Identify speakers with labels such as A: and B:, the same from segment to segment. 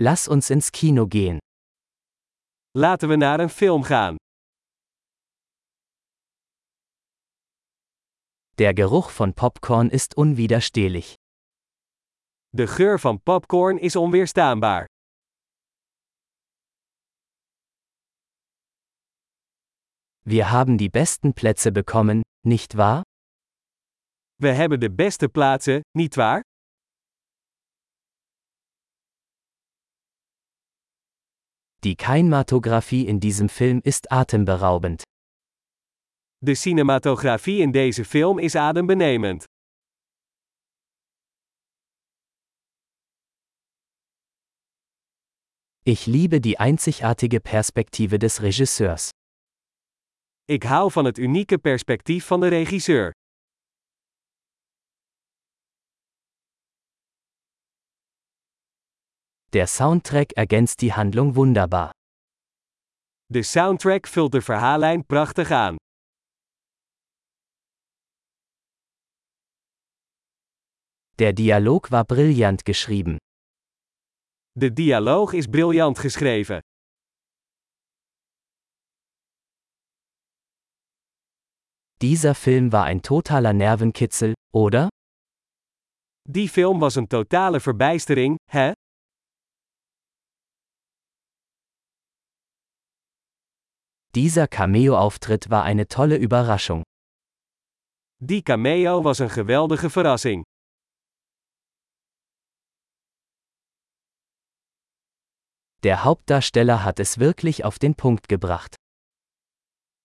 A: Lass uns ins Kino gehen.
B: Laten we naar een film gaan.
A: Der Geruch von Popcorn ist unwiderstehlich.
B: De geur van popcorn is onweerstaanbaar.
A: Wir haben die besten Plätze bekommen, nicht wahr?
B: We hebben de beste plaatsen, niet waar?
A: Die Kinematographie in diesem Film ist atemberaubend.
B: De cinematografie in deze film is adembenemend.
A: Ich liebe die einzigartige Perspektive des Regisseurs.
B: Ik hou van het unieke perspectief van de regisseur.
A: Der Soundtrack ergänzt die Handlung wunderbar.
B: De soundtrack vult de verhaallijn prachtig aan.
A: Der Dialog war brillant geschrieben.
B: De dialoog is briljant geschreven.
A: Dieser Film war ein totaler Nervenkitzel, oder?
B: Die film was een totale verbijstering, hè?
A: Dieser Cameo-Auftritt war eine tolle Überraschung.
B: Die cameo was een geweldige verrassing.
A: Der Hauptdarsteller hat es wirklich auf den Punkt gebracht.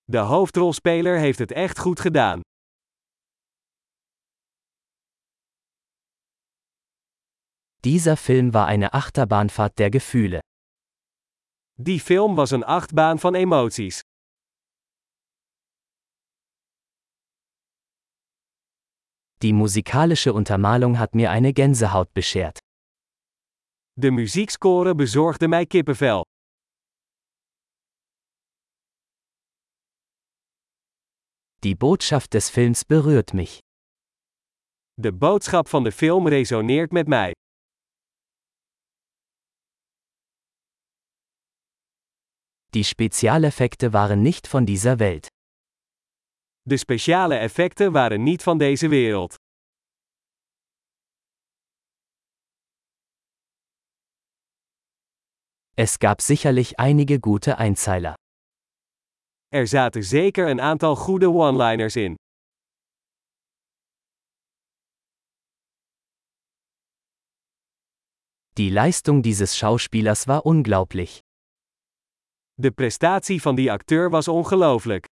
B: De hoofdrolspeler heeft het echt goed gedaan.
A: Dieser Film war eine Achterbahnfahrt der Gefühle.
B: Die film was een achtbaan van emoties.
A: Die musikalische Untermalung hat mir eine Gänsehaut beschert.
B: De muziekscore bezorgde mij kippenvel.
A: Die Botschaft des Films berührt mich.
B: De boodschap van de film resoneert met mij.
A: Die Spezialeffekte waren nicht von dieser Welt.
B: De speciale effecten waren niet van deze wereld.
A: Es gab sicherlich einige gute Einzeiler.
B: Er zaten zeker een aantal goede one-liners in.
A: Die Leistung dieses Schauspielers war unglaublich.
B: De prestatie van die acteur was ongelooflijk.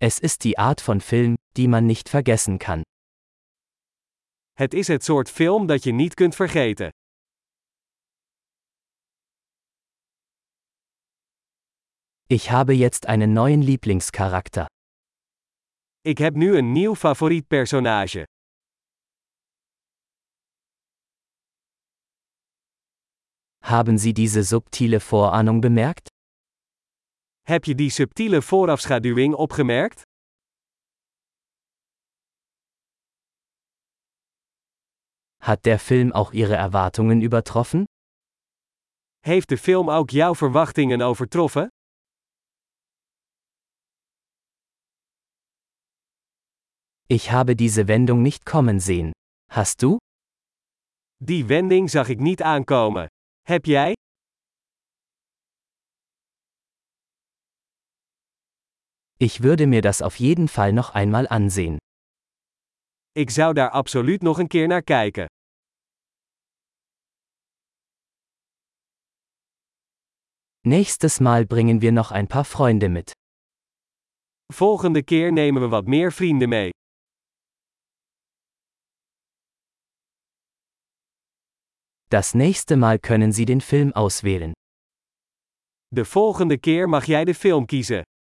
A: Es ist die Art von Film, die man nicht vergessen kann.
B: Het is het soort film dat je niet kunt vergeten.
A: Ich habe jetzt einen neuen Lieblingscharakter.
B: Ik heb nu een nieuw favoriet personage.
A: Haben Sie diese subtile Vorahnung bemerkt?
B: Heb je die subtiele voorafschaduwing opgemerkt?
A: Hat der Film auch Ihre Erwartungen übertroffen?
B: Heeft de film ook jouw verwachtingen overtroffen?
A: Ich habe diese Wendung nicht kommen sehen. Hast du?
B: Die wending zag ik niet aankomen. Heb jij?
A: Ich würde mir das auf jeden Fall noch einmal ansehen.
B: Ik zou daar absoluut nog een keer naar kijken.
A: Nächstes Mal bringen wir noch ein paar Freunde mit.
B: Volgende keer nemen we wat meer vrienden mee.
A: Das nächste Mal können Sie den Film auswählen.
B: De volgende keer mag jij de film kiezen.